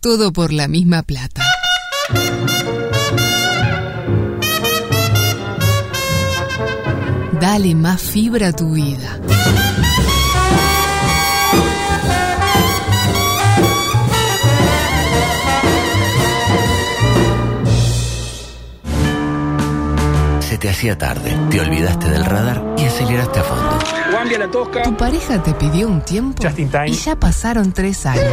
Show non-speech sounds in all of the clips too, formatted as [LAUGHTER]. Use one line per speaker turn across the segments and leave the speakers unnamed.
Todo por la misma plata. Dale más fibra a tu vida.
Se te hacía tarde, te olvidaste del radar y aceleraste a fondo.
Guambia la tosca.
Tu pareja te pidió un tiempo
Just in time.
y ya pasaron tres años.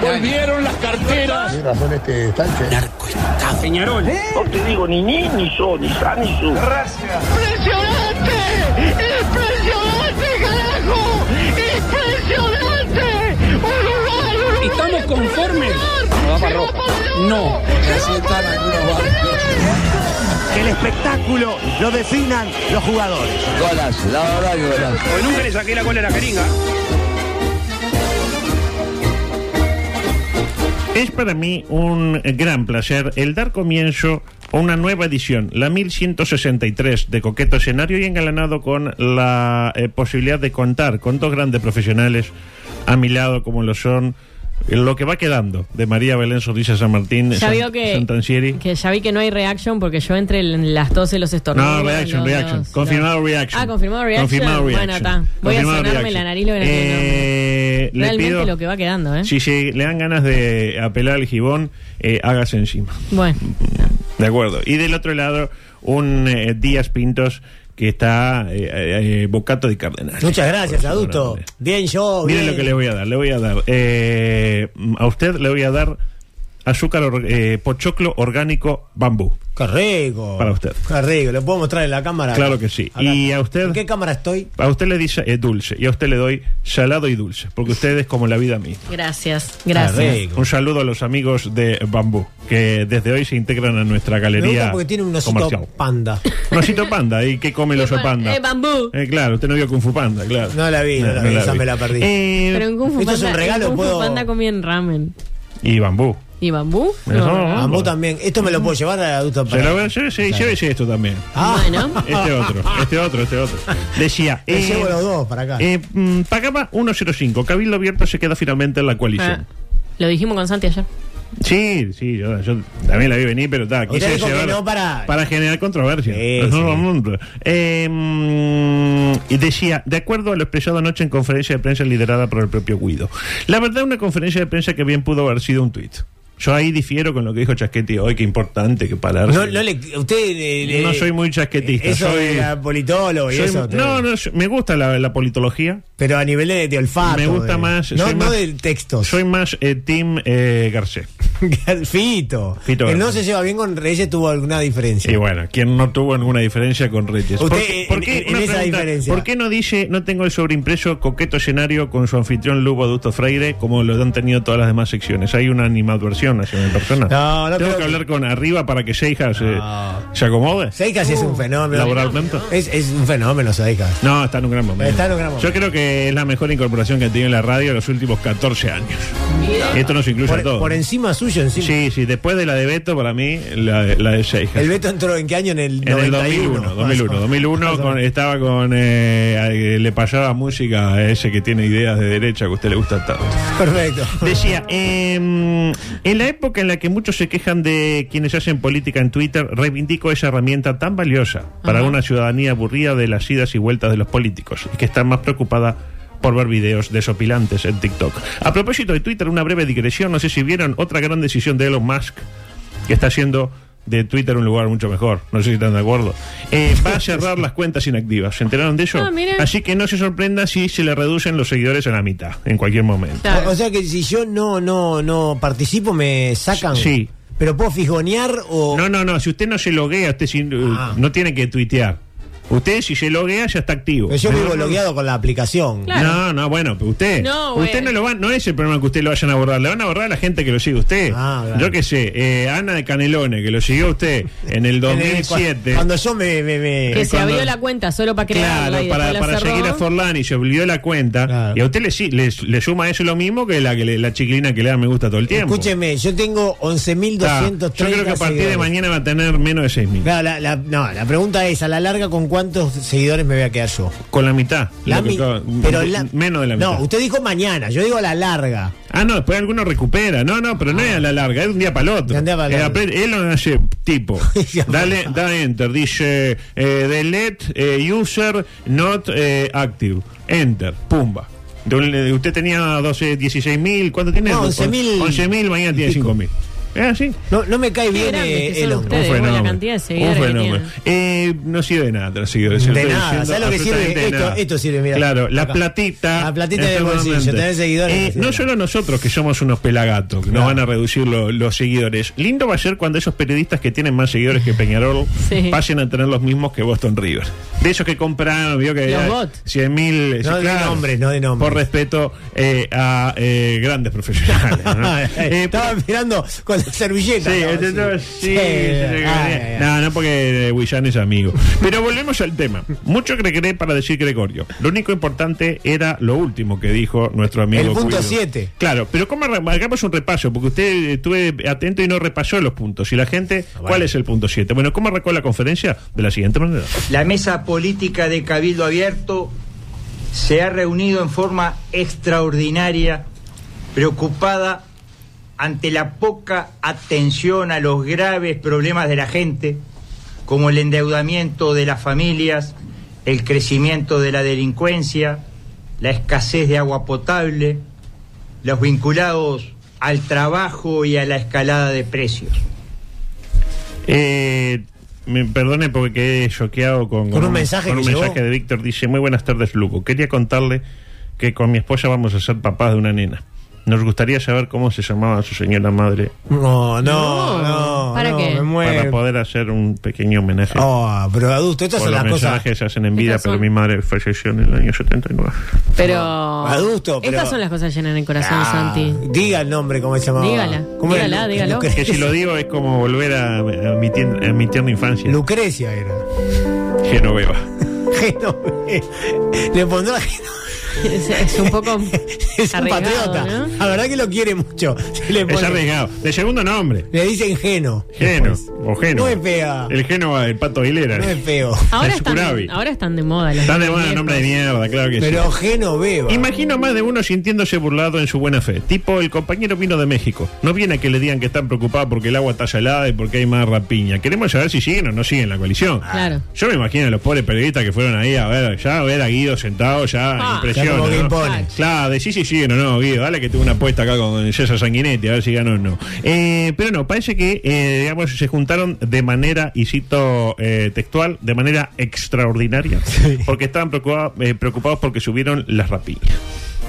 Volvieron las carteras. Peñarol.
¿Eh?
¡Impresionante! ¡Impresionante, carajo! ¡Impresionante! ¡Uruguay, Uruguay!
¿Estamos conformes?
No va para roja.
No.
Que el espectáculo lo definan los jugadores.
Porque nunca le saqué la cola a la jeringa.
Es para mí un gran placer el dar comienzo a una nueva edición, la 1163 de Coqueto Escenario y engalanado con la eh, posibilidad de contar con dos grandes profesionales a mi lado como lo son eh, lo que va quedando de María Belén Sorrisa San Martín,
Ya
San-
veo que-
Santancieri.
Que ya vi que no hay reaction porque yo entre en las 12 los estornudos.
No, reaction,
los-
reaction.
los-
confirmado reaction.
Ah, confirmado reaction.
Confirmado
Bueno,
reaction.
está. Voy a
Confirmado
sonarme
reaction.
la nariz, lo voy a tener
Eh, le
Realmente
pido-
lo que va quedando, ¿eh?
Si se le dan ganas de apelar al gibón, eh, hágase encima.
Bueno,
De acuerdo. Y del otro lado, un eh, Díaz Pintos que está eh, eh, bocato de Cardenal.
Muchas gracias, adulto.
Grande.
Bien, yo.
Miren
bien.
lo que le voy a dar. Le voy a dar. eh, a usted le voy a dar azúcar, or- eh, pochoclo orgánico bambú.
Qué rico.
Para usted.
Qué rico. ¿Lo puedo mostrar en la cámara?
Claro que sí.
Acá.
Y a usted-
¿En qué cámara estoy?
A usted le dice eh, dulce y a usted le doy salado y dulce, porque usted es como la vida misma.
gracias,
Qué
gracias.
rico.
Un saludo a los amigos de Bambú, que desde hoy se integran a nuestra
Me gusta
galería
porque tiene un osito
comercial.
panda.
Un osito panda, ¿y qué come el oso
pan-
panda?
eh, bambú.
Eh, claro, usted no vio Kung Fu Panda, claro.
No la vi, no la vi, esa me la perdí.
Eh,
Pero en Kung Fu
¿esto
Panda,
es un regalo?
en Kung Fu
¿Puedo-
Panda comían ramen.
Y Bambú.
¿Y bambú?
Eso,
No.
A vos también. Esto me lo puedo llevar al adulto
Ah, Se lo
para.
voy a llevar, sí, llévese esto también.
Ah,
Bueno,
Este otro, este otro, este otro. Decía.
[LAUGHS] Me llevo los dos para acá.
eh, mm, pagaba 1.05. Cabildo Abierto se queda finalmente en la coalición.
ah, lo dijimos con Santi ayer.
Sí, sí, yo, yo también la vi venir, pero ta, quise
Usted dijo que
llevar
no para-
generar controversia.
Sí,
No,
sí.
no, no. Eh, mm, y decía, de acuerdo a lo expresado anoche en conferencia de prensa liderada por el propio Guido. La verdad, una conferencia de prensa que bien pudo haber sido un tuit. Yo ahí difiero con lo que dijo Chasquetti hoy, que importante que parar.
No, no le, usted, eh, le-
No soy muy chasquetista,
Eso
soy-
de la politólogo y
Soy-
eso. te-
no, no, yo- me gusta la, la politología.
Pero a nivel de, de olfato.
me gusta
de-
más.
Ah, No,
soy
no
más-
del texto. [LAUGHS]
Soy más eh, Team eh, Garcés.
Fito.
Fito
Que no
García.
se lleva bien con Reyes tuvo alguna diferencia.
Y bueno, quien no tuvo ninguna diferencia con Reyes.
Usted,
qué-
en-
qué-
en
una
esa diferencia.
¿Por qué no dice, no tengo el sobreimpreso coqueto escenario con su anfitrión Lugo Adusto Freire, como lo han tenido todas las demás secciones? Hay una animadversión hacia mi persona.
No,
Tengo
no creo
que,
que-
hablar con arriba para que Seija se,
No.
se acomode.
Seicas es un fenómeno.
Laboralmente.
Es, es un fenómeno, Seicas.
No, está en un gran momento.
Está en un gran momento.
Yo creo que es la mejor incorporación que ha tenido la radio en los últimos 14 años. Esto nos incluye
Por, e-
a todos.
por encima suyo, encima.
Sí, sí, después de la de Beto, para mí, la de, la de Seijas.
El Beto entró en qué año? En el,
En el
91.
2001, 2001,
Ah,
2001 con- estaba con. eh, eh, le pasaba música a ese que tiene ideas de derecha que a usted le gusta tanto.
Perfecto.
Decía, eh, en la época en la que muchos se quejan de quienes hacen política en Twitter, reivindico esa herramienta tan valiosa para una ciudadanía aburrida de las idas y vueltas de los políticos y que está más preocupada por ver videos desopilantes en TikTok. A propósito de Twitter, una breve digresión, no sé si vieron otra gran decisión de Elon Musk que está haciendo de Twitter un lugar mucho mejor, no sé si están de acuerdo, Eh, va
[LAUGHS]
a cerrar las cuentas inactivas, ¿se enteraron de eso?
Ah, mira.
Así que no se sorprenda si se le reducen los seguidores a la mitad, en cualquier momento.
Claro.
O, o sea que si yo no, no, no participo, me sacan.
Sí.
Pero puedo fijonear o.
No, no, no. Si usted no se loguea, usted sin-
Ah.
no tiene que tuitear. Usted si se loguea ya está activo.
Pero yo vivo
No, no,
logueado con la aplicación.
Claro.
No, no, bueno, pero usted.
No,
usted no
bueno.
lo va, no es el problema que usted lo vayan a abordar, le van a abordar a la gente que lo sigue usted.
Ah, claro.
Yo qué sé, eh, Ana de Canelones, que lo siguió usted
[LAUGHS]
en el
Cuando,
2007.
cuando yo me. me- me-
Que se
Eh, cuando-
abrió la cuenta solo para crearla
Claro,
y después
para,
la
para
cerró.
seguir a Forlán y se olvidó la cuenta.
Claro.
Y a usted le, si- le, le suma eso lo mismo que la, que le- la chiquilina que le da me gusta todo el tiempo.
Escúcheme, yo tengo
Está.
11.230.
Yo creo que a partir de
seguidores.
mañana va a tener menos de 6.000.
Claro, la, la- no, la pregunta es: a la larga, ¿con cuántos seguidores me voy a quedar yo?
Con la mitad.
La
Lo que
mi-
acaba-
pero
m-
la-
menos de la mitad.
No, usted dijo mañana, yo digo a la larga.
Ah, no, después alguno recupera. No, no, pero no es a la larga, es de un día para el otro.
Ah. De un día para el
Eh,
otro.
apre- Él lo hace
[LAUGHS]
tipo. Dale, da enter, dice eh, delete eh, user not eh, active. Enter, pumba. De un- eh, usted tenía 12, 16 mil, ¿cuánto tiene?
No, 11.000.
11 mil, mañana tiene 5 mil. ¿Es así?
No, no me cae
Qué
bien
grandes que
eh,
son
Elon.
ustedes. Ustedes, bueno, la cantidad de seguidores
Un
que
fenómeno. Eh, no sirve de nada, seguidores.
De nada, ¿sabes lo que sirve? Esto- esto sirve, mirá.
Claro, la
Acá.
platita.
La platita del bolsillo,
Exactamente.
tener seguidores
Eh,
que sirve.
no solo nosotros que somos unos pelagatos, que nos van a reducir lo- los seguidores. Lindo va a ser cuando esos periodistas que tienen más seguidores que Peñarol
Sí.
pasen a tener los mismos que Boston River. De esos que compraron, vio que
Los
hay
bots.
100 mil.
No de nombres, no de nombres.
Por respeto eh, a eh, grandes profesionales.
[LAUGHS]
¿no? Eh,
Estaba mirando con la servilleta.
Sí,
¿no?
este, no, sí, sí, sí,
Ay, ay, ay.
No, no, porque eh, Willán es amigo. Pero volvemos al tema. Mucho crecré para decir Gregorio. Lo único importante era lo último que dijo nuestro amigo.
El punto
Guido.
siete.
Claro, pero ¿cómo arran- hagamos un repaso? Porque usted eh, estuve atento y no repasó los puntos. Y la gente,
Ah,
¿cuál es el punto 7? Bueno, ¿cómo arrancó la conferencia? De la siguiente manera.
La mesa política de Cabildo Abierto se ha reunido en forma extraordinaria, preocupada ante la poca atención a los graves problemas de la gente, como el endeudamiento de las familias, el crecimiento de la delincuencia, la escasez de agua potable, los vinculados al trabajo y a la escalada de precios.
Eh, me perdone porque quedé choqueado con,
Con un mensaje
con
que
un
llegó.
mensaje de Víctor. Dice, muy buenas tardes, Luco. Quería contarle que con mi esposa vamos a ser papás de una nena. Nos gustaría saber cómo se llamaba su señora madre
No, no,
No.
no.
¿Para
no,
qué?
Me
para
muero.
poder hacer un pequeño homenaje.
Oh, pero adulto, estas
Por
son
los
las cosas.
mensajes se hacen en vida,
Estas son-
pero mi madre falleció en el año 79.
Pero.
Adusto, pero-
Estas son las cosas que llenan el corazón,
Ah,
Santi.
Diga el nombre, ¿cómo se llamaba?
Dígala,
¿Cómo era?
dígala,
Lu-
dígalo.
Lucre-
Que si lo digo es como volver a, a mi, tien- a mi tierna infancia.
Lucrecia era. [LAUGHS]
Genoveva.
Genoveva. Le pondrá [LAUGHS]
Es, es un poco.
Es un
arriesgado,
patriota.
¿no?
La verdad que lo quiere mucho. Se le,
Es
pone-
arriesgado. De segundo nombre.
le dicen Geno.
Geno.
después.
O Geno.
No es fea.
El Génova, el pato Aguilera.
No es
[LAUGHS]
feo.
Ahora
Es Curabi.
están, ahora están de moda los
Están de moda nombre de mierda, claro que sí.
Pero Genoveva.
Imagino más de uno sintiéndose burlado en su buena fe. Tipo, el compañero vino de México. No viene a que le digan que están preocupados porque el agua está salada y porque hay más rapiña. Queremos saber si siguen o no siguen la coalición.
Ah.
Claro.
Yo me imagino a los pobres periodistas que fueron ahí a ver, ya a ver a Guido sentado, ya
Ah.
impresiona.
Ya como que
¿no?
impone.
Claro, decís si siguen o no, Guido. Dale que tuve una apuesta acá con César Sanguinetti, a ver si ganó o no. Eh, pero no, parece que, eh, digamos, se juntaron de manera, y cito eh, textual, de manera
[LAUGHS]
extraordinaria, porque estaban preocupa- eh, preocupados porque subieron las rapiñas.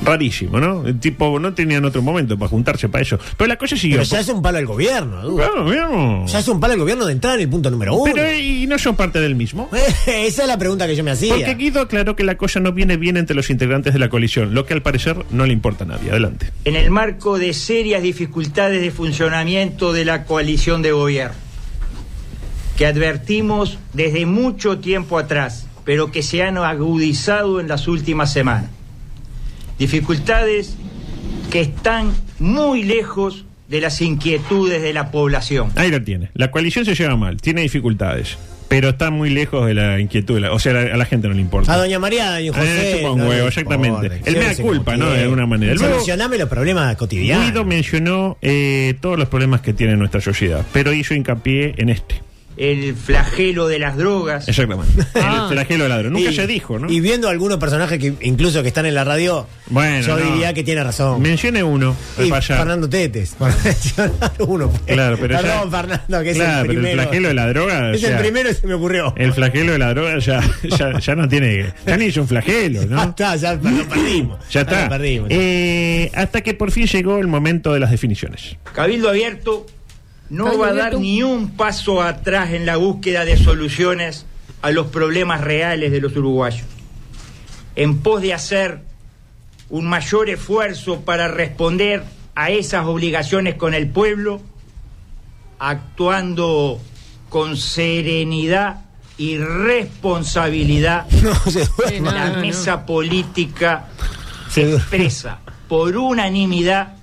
Rarísimo, ¿no? El tipo, no tenían otro momento para juntarse para eso. Pero la cosa siguió.
Pero ya es un palo al gobierno, Adulto.
Claro, vemos.
Ya es un palo al gobierno de entrar en el punto número uno.
Pero, eh, ¿y no son parte del mismo?
[LAUGHS] Esa es la pregunta que yo me hacía.
Porque Guido aclaró que la cosa no viene bien entre los integrantes de la coalición, lo que al parecer no le importa a nadie. Adelante.
en el marco de serias dificultades de funcionamiento de la coalición de gobierno, que advertimos desde mucho tiempo atrás, pero que se han agudizado en las últimas semanas. Dificultades que están muy lejos de las inquietudes de la población.
Ahí lo tiene. La coalición se lleva mal, tiene dificultades, pero está muy lejos de la inquietud. de la- O sea, a la, a la gente no le importa.
A doña María, a doña
A doña
José.
Eh, Chupa un
no le
huevo,
importa.
exactamente. El
Llévense
mea culpa,
como
¿no? De
quiera.
alguna manera. Luego-
Solucioname los problemas cotidianos.
Guido mencionó eh, todos los problemas que tiene nuestra sociedad, pero hizo hincapié en este.
El flagelo de las drogas,
Exactamente.
Ah.
[LAUGHS] El flagelo ladrón. Nunca
Y-
se dijo, ¿no?
Y viendo algunos personajes que incluso que están en la radio,
Bueno,
yo
no.
diría que tiene razón.
Mencione uno.
Y
para allá.
Fernando Tetes, por [LAUGHS] mencionar uno. pues.
Claro, pero ya-
Perdón, Fernando,
Claro,
que es el
pero el
primero.
flagelo de la droga,
Es
o sea,
el primero que se me ocurrió.
El flagelo de la droga ya, [LAUGHS] ya, ya no tiene. Ya ni es un flagelo,
Ya
¿no?
Ah, está, ya lo perdimos.
Ya
lo
está.
perdimos.
Eh, hasta que por fin llegó el momento de las definiciones.
Cabildo Abierto no
Cabildo
va a dar
Abierto.
ni un paso atrás en la búsqueda de soluciones a los problemas reales de los uruguayos, en pos de hacer un mayor esfuerzo para responder a esas obligaciones con el pueblo, actuando con serenidad y responsabilidad
[LAUGHS] No, se duerma.
no,
la
no.
mesa política
Se duerma.
expresa por unanimidad,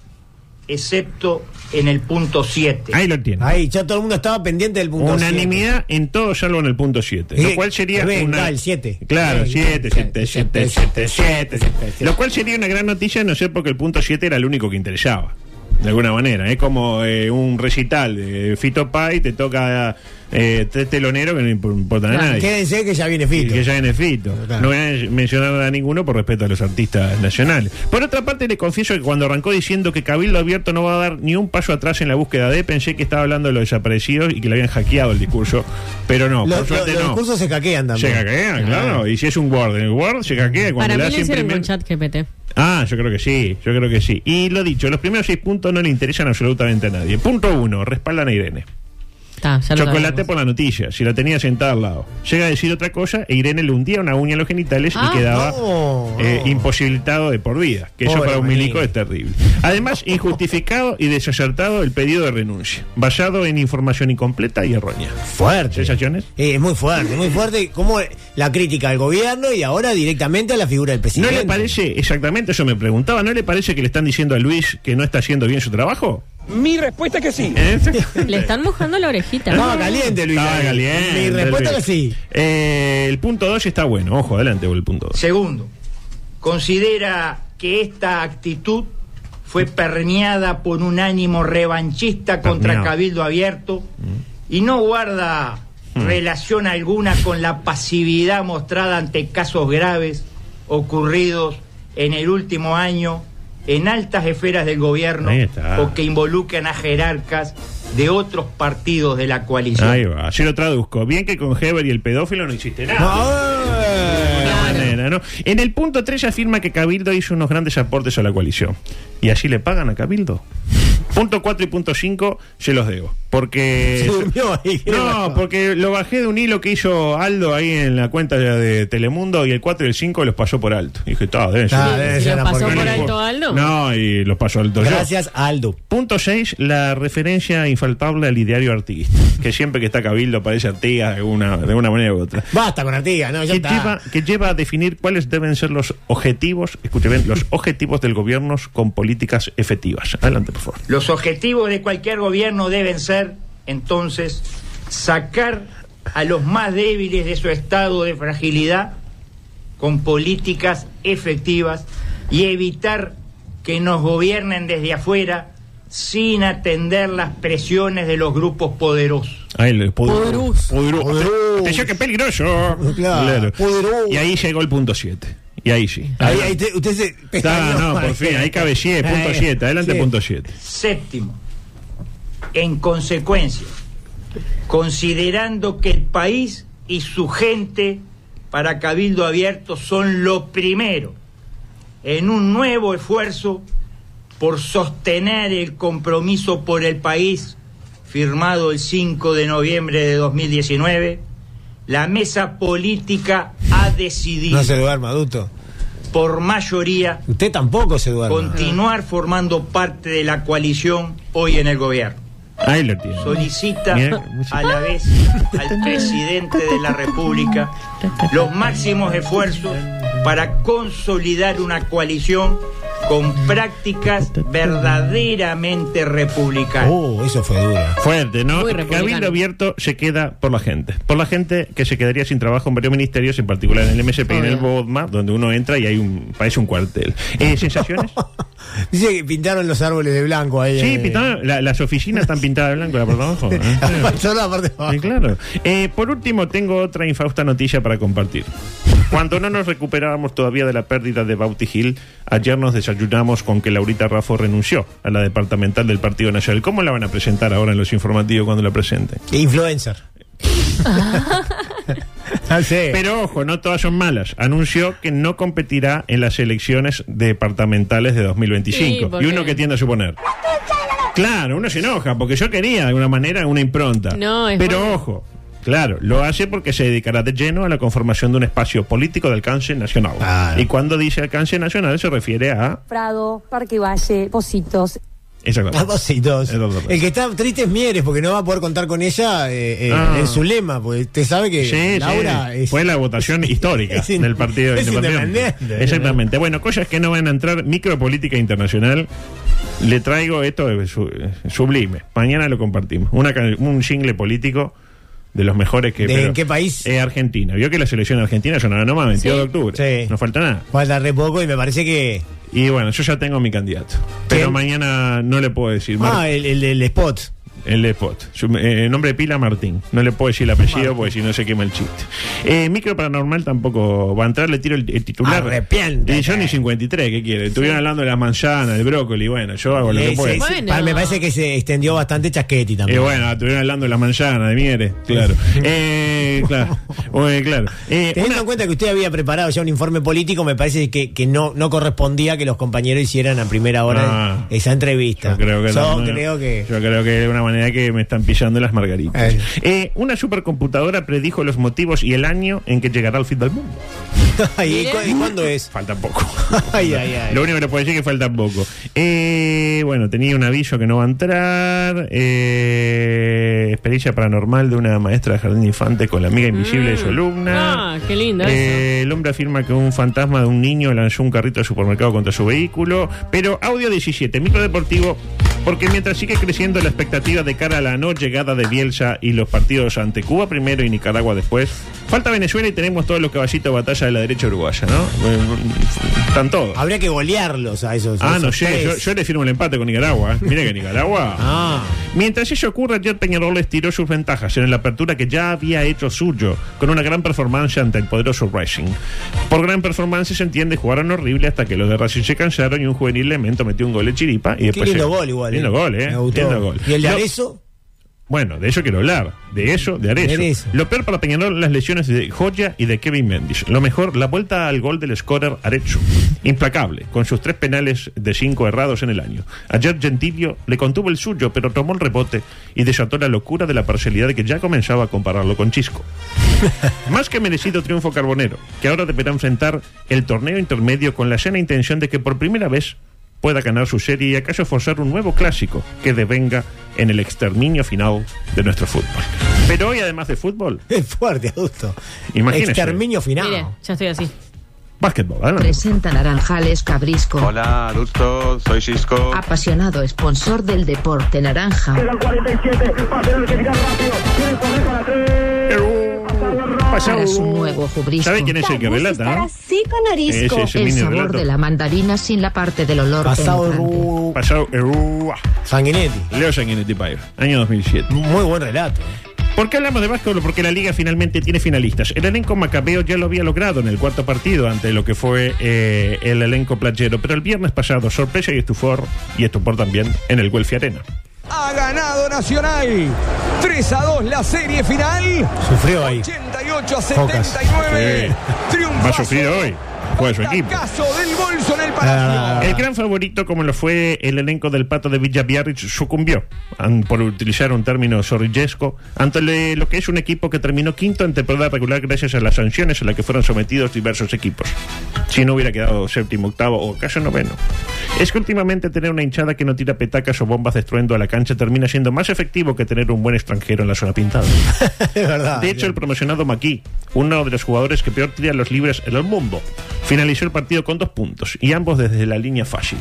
excepto en el punto 7.
Ahí lo tiene.
Ahí, ya todo el mundo estaba pendiente del punto
Unanimidad en todo salvo en el punto 7.
Eh,
Lo cual sería
venga,
una...
el siete.
Claro,
Venga,
7,
el
7, 7, 7,
siete, siete,
7.
siete.
Lo cual sería una gran noticia, no sé, porque el punto 7 era el único que interesaba. De alguna manera, es como eh, un recital de Fito Pai, te toca eh, tres telonero que no imp- importa a
Siete.
nadie.
Quédense que ya viene
Y
Fito.
que ya viene Fito.
Claro.
No voy a mencionar a ninguno por respeto a los artistas nacionales. Por otra parte, le confieso que cuando arrancó diciendo que Cabildo Abierto no va a dar ni un paso atrás en la búsqueda de, pensé que estaba hablando de los desaparecidos y que le habían hackeado el discurso. Pero no, por
Los- los-
suerte
los
no.
discursos se caquean también.
Se hackea, claro. Y si es un Word, en el Word se hackea. Cuando le
Para mí
das
lo hicieron
imprimir-
con chat GPT.
Ah, yo creo que sí, yo creo que sí. Y lo dicho, los primeros seis puntos no le interesan absolutamente a nadie. Punto uno, respaldan a Irene.
Está, ya lo
Chocolate
sabemos.
por la noticia, si la tenía sentada al lado. Llega a decir otra cosa e Irene le hundía una uña en los genitales
Ah,
y quedaba
no,
eh,
no.
imposibilitado de por vida. Que eso
Pobre
para un
Manini.
milico es terrible. Además, injustificado y desacertado el pedido de renuncia, basado en información incompleta y errónea.
Fuerte.
¿Sensaciones?
Eh, es muy fuerte, muy fuerte. Como la crítica al gobierno y ahora directamente a la figura del
¿No
presidente.
le parece, exactamente, yo me preguntaba, ¿no le parece que le están diciendo a Luis que no está haciendo bien su trabajo?
Mi respuesta es que sí.
¿Eh?
[LAUGHS]
Le están mojando la orejita.
Estaba caliente, Luis.
Estaba caliente,
Mi respuesta
Luis.
es sí.
Eh, el punto 2 está bueno. Ojo, adelante con el punto 2.
Segundo, considera que esta actitud fue permeada por un ánimo revanchista contra
Permeado. Mm.
Cabildo Abierto y no guarda relación alguna con la pasividad mostrada ante casos graves ocurridos en el último año en altas esferas del gobierno
Ahí está.
o que involucran a jerarcas de otros partidos de la coalición.
Ahí va, yo lo traduzco. Bien que con Heber y el pedófilo no hiciste nada. De
Ah,
alguna manera, ¿no? En el punto 3 afirma que Cabildo hizo unos grandes aportes a la coalición. ¿Y así le pagan a Cabildo? Punto 4 y punto 5 se los debo. Porque...
Se durmió ahí.
No, porque lo bajé de un hilo que hizo Aldo ahí en la cuenta de Telemundo y el 4 y el 5 los pasó por alto. Y dije, está, deben ser".
Ah, debe
Si
ser
lo
una
pasó
porquería.
por alto Aldo.
No, y los pasó alto yo.
Gracias, Aldo.
Punto 6, la referencia infaltable al ideario artiguista. [LAUGHS] Que siempre que está Cabildo aparece Artigas de una, de una manera u otra.
Basta con Artigas, no, ya
Que lleva,
está.
que lleva a definir cuáles deben ser los objetivos, escuche bien,
[LAUGHS]
los objetivos del gobierno con políticas efectivas. Adelante, por favor.
Los objetivos de cualquier gobierno deben ser, entonces, sacar a los más débiles de su estado de fragilidad con políticas efectivas y evitar que nos gobiernen desde afuera sin atender las presiones de los grupos poderosos.
Ahí le
Poderus.
Poderus.
Te decía que peligroso.
Claro, poderus.
Y ahí llegó el punto 7. Y ahí sí.
Ahí, ahí te- usted se.
Está, no, por fin, ahí cabellé, punto
Eh,
7. Adelante,
sí.
punto 7.
Séptimo, en consecuencia, considerando que el país y su gente para Cabildo Abierto son lo primero en un nuevo esfuerzo por sostener el compromiso por el país firmado el 5 de noviembre de 2019, la mesa política ha decidido
No se duerma, adulto.
por mayoría
Usted tampoco se duerma.
continuar formando parte de la coalición hoy en el gobierno.
Ahí lo tiene.
Solicita
Mira,
a la vez al presidente de la República los máximos esfuerzos para consolidar una coalición con prácticas verdaderamente republicanas.
Oh, eso fue duro.
Fuerte, ¿no?
Muy republicano.
Cabildo abierto se queda por la gente. Por la gente que se quedaría sin trabajo en varios ministerios, en particular en el MSP y en el
Obvio.
BODMA, donde uno entra y hay un parece un cuartel. Eh,
[LAUGHS]
¿Sensaciones?
Dice que pintaron los árboles de blanco ahí.
sí,
eh.
pintaron- la- las oficinas están pintadas de blanco, la por abajo, ¿eh?
[LAUGHS] Solo la parte de abajo.
Sí, claro. Eh, por último, tengo otra infausta noticia para compartir. Cuando no nos recuperábamos todavía de la pérdida de Bauti Gil, ayer nos desayunamos con que Laurita Raffo renunció a la departamental del Partido Nacional. ¿Cómo la van a presentar ahora en los informativos cuando la presenten? [LAUGHS]
Influencer. Ah, sí.
Pero ojo, no todas son malas. Anunció que no competirá en las elecciones departamentales de 2025.
Sí, porque-
Y uno que tiende a suponer. Claro, uno se enoja, porque yo quería de alguna manera una impronta.
No, es
Pero
bueno.
ojo. Claro, lo hace porque se dedicará de lleno a la conformación de un espacio político de alcance nacional.
Claro.
Y cuando dice alcance nacional se refiere a...
Prado, Parque Valle, Positos.
Exactamente.
Ah, vositos.
Es verdad.
El que está triste es Mieres, porque no va a poder contar con ella eh, eh,
Ah.
en su lema, porque usted sabe que
Sí,
Laura
sí.
es-
fue la votación histórica
[LAUGHS] es in-
del Partido
es
Independiente.
independiente.
Exactamente. Bueno, cosas que no van a entrar, micropolítica internacional. Le traigo esto es su- sublime. Mañana lo compartimos. Una can- un jingle político de los mejores que
¿De
pero-
en qué país?
Eh, Argentina. Vio que la selección argentina sonará nomás 22 de
Sí.
octubre.
Sí.
No falta nada.
Falta re poco y me parece que.
Y bueno, yo ya tengo mi candidato. Pero
¿Quién?
mañana no le puedo decir. Mar-
Ah, el, el, el spot.
El spot. Su- eh, nombre de pila Martín. No le puedo decir el apellido porque si no se quema el chiste. Eh, micro paranormal tampoco va a entrar, le tiro el, el titular.
Arrepiéntete.
Y Johnny 53, ¿qué quiere? Estuvieron hablando de las manzanas, del brócoli. Bueno, yo hago lo
Eh,
que puedo.
sí, sí.
Bueno.
Pa- Me parece que se extendió bastante Chasquetti
Y
también.
bueno, estuvieron hablando de las manzanas, de mieres.
[LAUGHS]
Claro. Eh, claro. Eh, claro. Eh,
Teniendo en cuenta que usted había preparado ya un informe político, me parece que, que no, no correspondía que los compañeros hicieran a primera hora
Ah.
esa entrevista.
Yo creo que
Yo
no, no.
creo que- [LAUGHS]
Yo creo que de una manera que me están pillando las margaritas.
Eh.
Eh, una supercomputadora predijo los motivos y el año en que llegará al fin del mundo.
¿Y cu- y cuándo es? [LAUGHS]
Falta poco.
Ay, ay, ay.
Lo único que le puedo decir es que falta poco. Eh, bueno, tenía un aviso que no va a entrar. eh, experiencia paranormal de una maestra de jardín infante con la amiga invisible de su alumna.
Mm. Ah, qué lindo eso.
Eh, el hombre afirma que un fantasma de un niño lanzó un carrito de supermercado contra su vehículo. Pero audio 17, micro deportivo. Porque mientras sigue creciendo la expectativa de cara a la no llegada de Bielsa y los partidos ante Cuba primero y Nicaragua después, falta Venezuela y tenemos todos los caballitos de batalla de la derecha uruguaya, ¿no? Eh, Están todos.
Habría que golearlos a esos.
Ah, no
esos
sé, yo,
tres.
yo le firmo el empate con Nicaragua. ¿eh? Mire que Nicaragua.
[LAUGHS] Ah.
Mientras eso ocurre, ayer Peñarol les tiró sus ventajas en la apertura que ya había hecho suyo, con una gran performance ante el poderoso Racing. Por gran performance se entiende, jugaron horrible hasta que los de Racing se cansaron y un juvenil elemento metió un gol de chiripa. Y
Qué
después
lindo
se-
gol igual.
Lindo
eh.
gol, ¿eh?
Me gustó.
Lindo gol.
¿Y el de
Lo-
Arezzo? [LAUGHS]
bueno, de eso quiero hablar. De eso, de Arezzo.
De Arezzo.
Lo peor para Peñarol, las lesiones de Joya y de Kevin Mendes. Lo mejor, la vuelta al gol del scorer Arezzo. Implacable, con sus tres penales de cinco errados en el año. Ayer Gentilio le contuvo el suyo, pero tomó el rebote y desató la locura de la parcialidad que ya comenzaba a compararlo con Chisco. Más que merecido triunfo Carbonero, que ahora deberá enfrentar el torneo intermedio con la sana intención de que por primera vez pueda ganar su serie y acaso forzar un nuevo clásico que devenga en el exterminio final de nuestro fútbol. Pero hoy, además de fútbol,
Es fuerte, adulto.
Imagínese.
Exterminio final.
Mire, ya estoy así.
básquetbol, ¿eh? ¿verdad?
Presenta Naranjales Cabrisco.
Hola, adultos, soy Cisco.
Apasionado sponsor del deporte naranja. Para su nuevo jubrisco.
¿Sabe quién es el que relata?
así con
Ese- ese
el
mini
sabor
relato.
de la mandarina sin la parte del olor
Pasado
penetrante.
Ru-
Pasado Erúa.
Sanguinetti.
Leo Sanguinetti Paio, año 2007.
Muy buen relato. eh.
¿Por qué hablamos de básquetbol? Porque la liga finalmente tiene finalistas. El elenco macabeo ya lo había logrado en el cuarto partido ante lo que fue eh, el elenco playero, pero el viernes pasado, sorpresa y estupor, y estupor también, en el Guelfi Arena.
Ha ganado Nacional. 3 a 2 la serie final.
Sufrió ahí.
88 a
Focas.
79.
Sí.
Triunfazo.
Va a sufrir hoy. Juega su equipo.
Caso del bolso en el
Ah.
palacio.
El gran favorito, como lo fue el elenco del Pato de Villa Biarritz, sucumbió, an- por utilizar un término zorrillesco, ante le- lo que es un equipo que terminó quinto en temporada regular gracias a las sanciones a las que fueron sometidos diversos equipos. Si no hubiera quedado séptimo, octavo o casi noveno. Es que últimamente tener una hinchada que no tira petacas o bombas de estruendo a la cancha termina siendo más efectivo que tener un buen extranjero en la zona pintada.
[LAUGHS] Es verdad.
De hecho, el promocionado Maquí, uno de los jugadores que peor tira los libres en el mundo, finalizó el partido con dos puntos y ambos desde la línea fácil.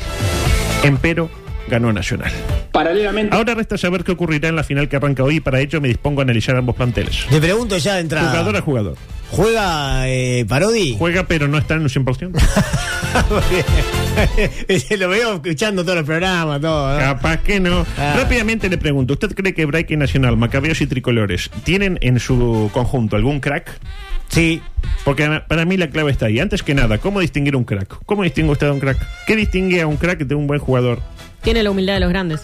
Empero ganó Nacional.
Paralelamente.
Ahora resta saber qué ocurrirá en la final que arranca hoy y para ello me dispongo a analizar ambos planteles.
Te pregunto ya de entrada.
Jugador a jugador.
¿Juega eh, Parodi?
Juega pero no está en un 100%.
[LAUGHS] Lo veo escuchando todos los programas, todo. ¿no?
Capaz que no.
Ah.
Rápidamente le pregunto, ¿usted cree que Braike Nacional, Macabeos y Tricolores tienen en su conjunto algún crack?
Sí.
Porque na- para mí la clave está ahí. Antes que nada, ¿cómo distinguir un crack? ¿Cómo distingue usted a un crack? ¿Qué distingue a un crack de un buen
[LAUGHS]
jugador?
Tiene la humildad de los grandes.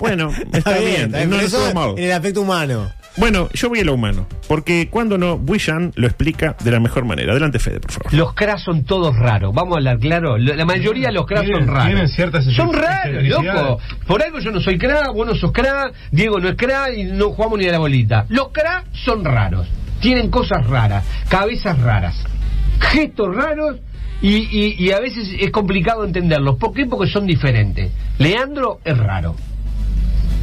Bueno, está bien.
está bien,
no
pero
lo
eso eh,
tomo mal.
en el aspecto humano.
Bueno, yo voy a lo humano, porque cuando no, Wishan lo explica de la mejor manera. Adelante, Fede, por favor.
Los cras son todos raros, vamos a hablar claro. Lo- La mayoría de los cras
Tienen-
son raros.
tienen ciertas
son
espe-
raros,
especificidades.
loco. Por algo yo no soy cra, vos no sos cra, Diego no es cra y no jugamos ni a la bolita. Los cra son raros, tienen cosas raras, cabezas raras, gestos raros y, y- y a veces es complicado entenderlos. ¿Por qué? Porque son diferentes. Leandro es raro.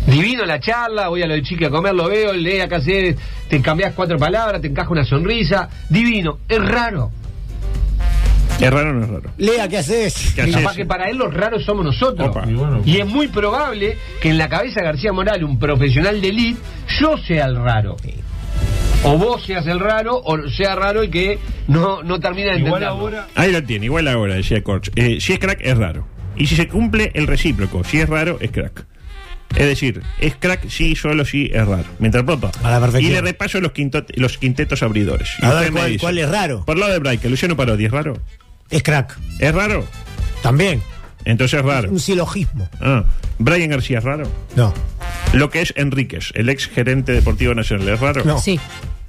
Divino la charla, voy a lo de chique a comer, lo veo, lee acá, se- te cambiás cuatro palabras, te encaja una sonrisa. Divino, es raro.
¿Es raro o no es raro?
Lea, ¿qué haces?
¿Qué haces?
Capaz que para él los raros somos nosotros.
Opa.
Y, bueno, y es muy probable que en la cabeza de García Moral, un profesional de elite, yo sea el raro. O vos seas el raro, o sea raro y que no, no termina de
Igual
entenderlo.
Ahí lo tiene, igual ahora, decía Corch. Eh, si es crack, es raro. Y si se cumple el recíproco, si es raro, es crack. Es decir, es crack sí, solo sí es raro. Mientras papa.
A la
Y
perfección.
le repaso los, quinto- los quintetos abridores.
A
Y
ver,
usted me
¿cuál-
dice,
cuál es raro?
Por lado de Braica, Luciano Parodi, ¿es raro?
Es crack.
¿Es raro?
También.
Entonces es raro.
Un silogismo.
Ah, Brian García es raro.
No.
Lo que es Enríquez, el ex gerente deportivo nacional, ¿es raro?
No. Sí.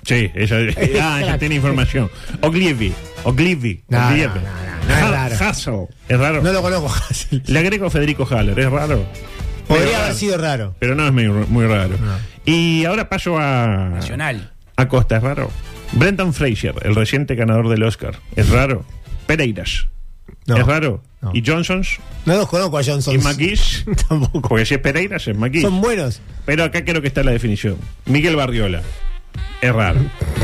Sí, esa,
[LAUGHS]
ah, ella tiene información. Ogilvy, Ogilvy,
No,
Ogilvy.
no, no, no, no es
Ha-
raro.
Hassel, es raro.
No lo conozco. [LAUGHS]
Le agrego Federico Haller, es raro. Pero
Podría
raro,
haber Ah. sido raro.
Pero no es muy, muy raro. Y ahora paso a. Nacional. A Costa, es raro. Brendan Fraser, el reciente ganador del Oscar, es raro. Pereiras,
No.
es raro.
No.
Y Johnsons,
No los conozco a Johnson.
y
[LAUGHS]
McGee's, tampoco. Porque si es Pereiras, es McGee's.
Son buenos.
Pero acá creo que está la definición. Miguel Barriola. Es raro.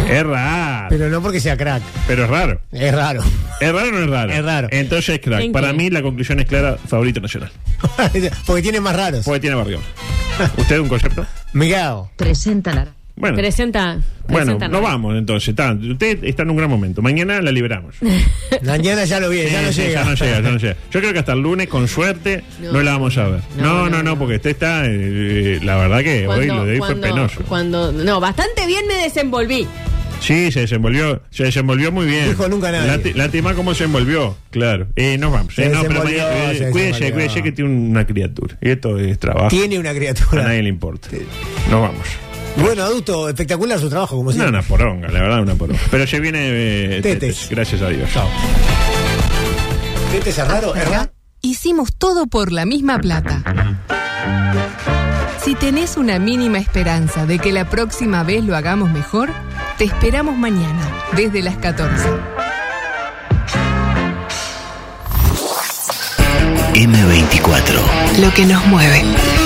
Es raro. Pero,
Pero no porque sea crack.
es raro.
Es raro. [LAUGHS]
¿Es raro o no es raro?
Es raro.
Entonces, crack.
Thank
Para
you.
mí la conclusión es clara, favorito nacional.
porque tiene más raros.
Porque tiene a
[LAUGHS]
Barriola. ¿Usted un concepto?
Me cago.
Presenta la-
Bueno.
Presenta.
Bueno,
presenta
no
nada.
vamos entonces. Está- usted está en un gran momento. Mañana la liberamos.
Mañana ya lo vi, [LAUGHS] ya no
Sí, sí,
llega.
no llega, ya no llega. Yo creo que hasta el lunes, con suerte, no,
No,
la vamos a ver. No,
no,
no, no,
no, no.
porque usted está. eh, la verdad que hoy lo de hoy fue penoso.
cuando- no, bastante bien me desenvolví.
Sí, se desenvolvió, se desenvolvió muy bien.
Dijo nunca nadie.
Lati- Lástima cómo se envolvió, claro. Eh, nos vamos.
Se
Eh, no, pero
desenvolvió,
mañana- eh,
se
cuídese,
desenvolvió.
cuídese que tiene una criatura. Y esto es trabajo.
Tiene una
A
criatura.
nadie le importa. Nos vamos.
Bueno, adulto, espectacular su trabajo, como
No,
siempre.
una poronga, la verdad, una poronga. Pero se viene eh,
Tetes.
Tetes. Gracias a Dios.
¿Este es raro? ¿Es raro?
Hicimos todo por la misma plata. Si tenés una mínima esperanza de que la próxima vez lo hagamos mejor, te esperamos mañana, desde las 14.
M24.
Lo que nos mueve.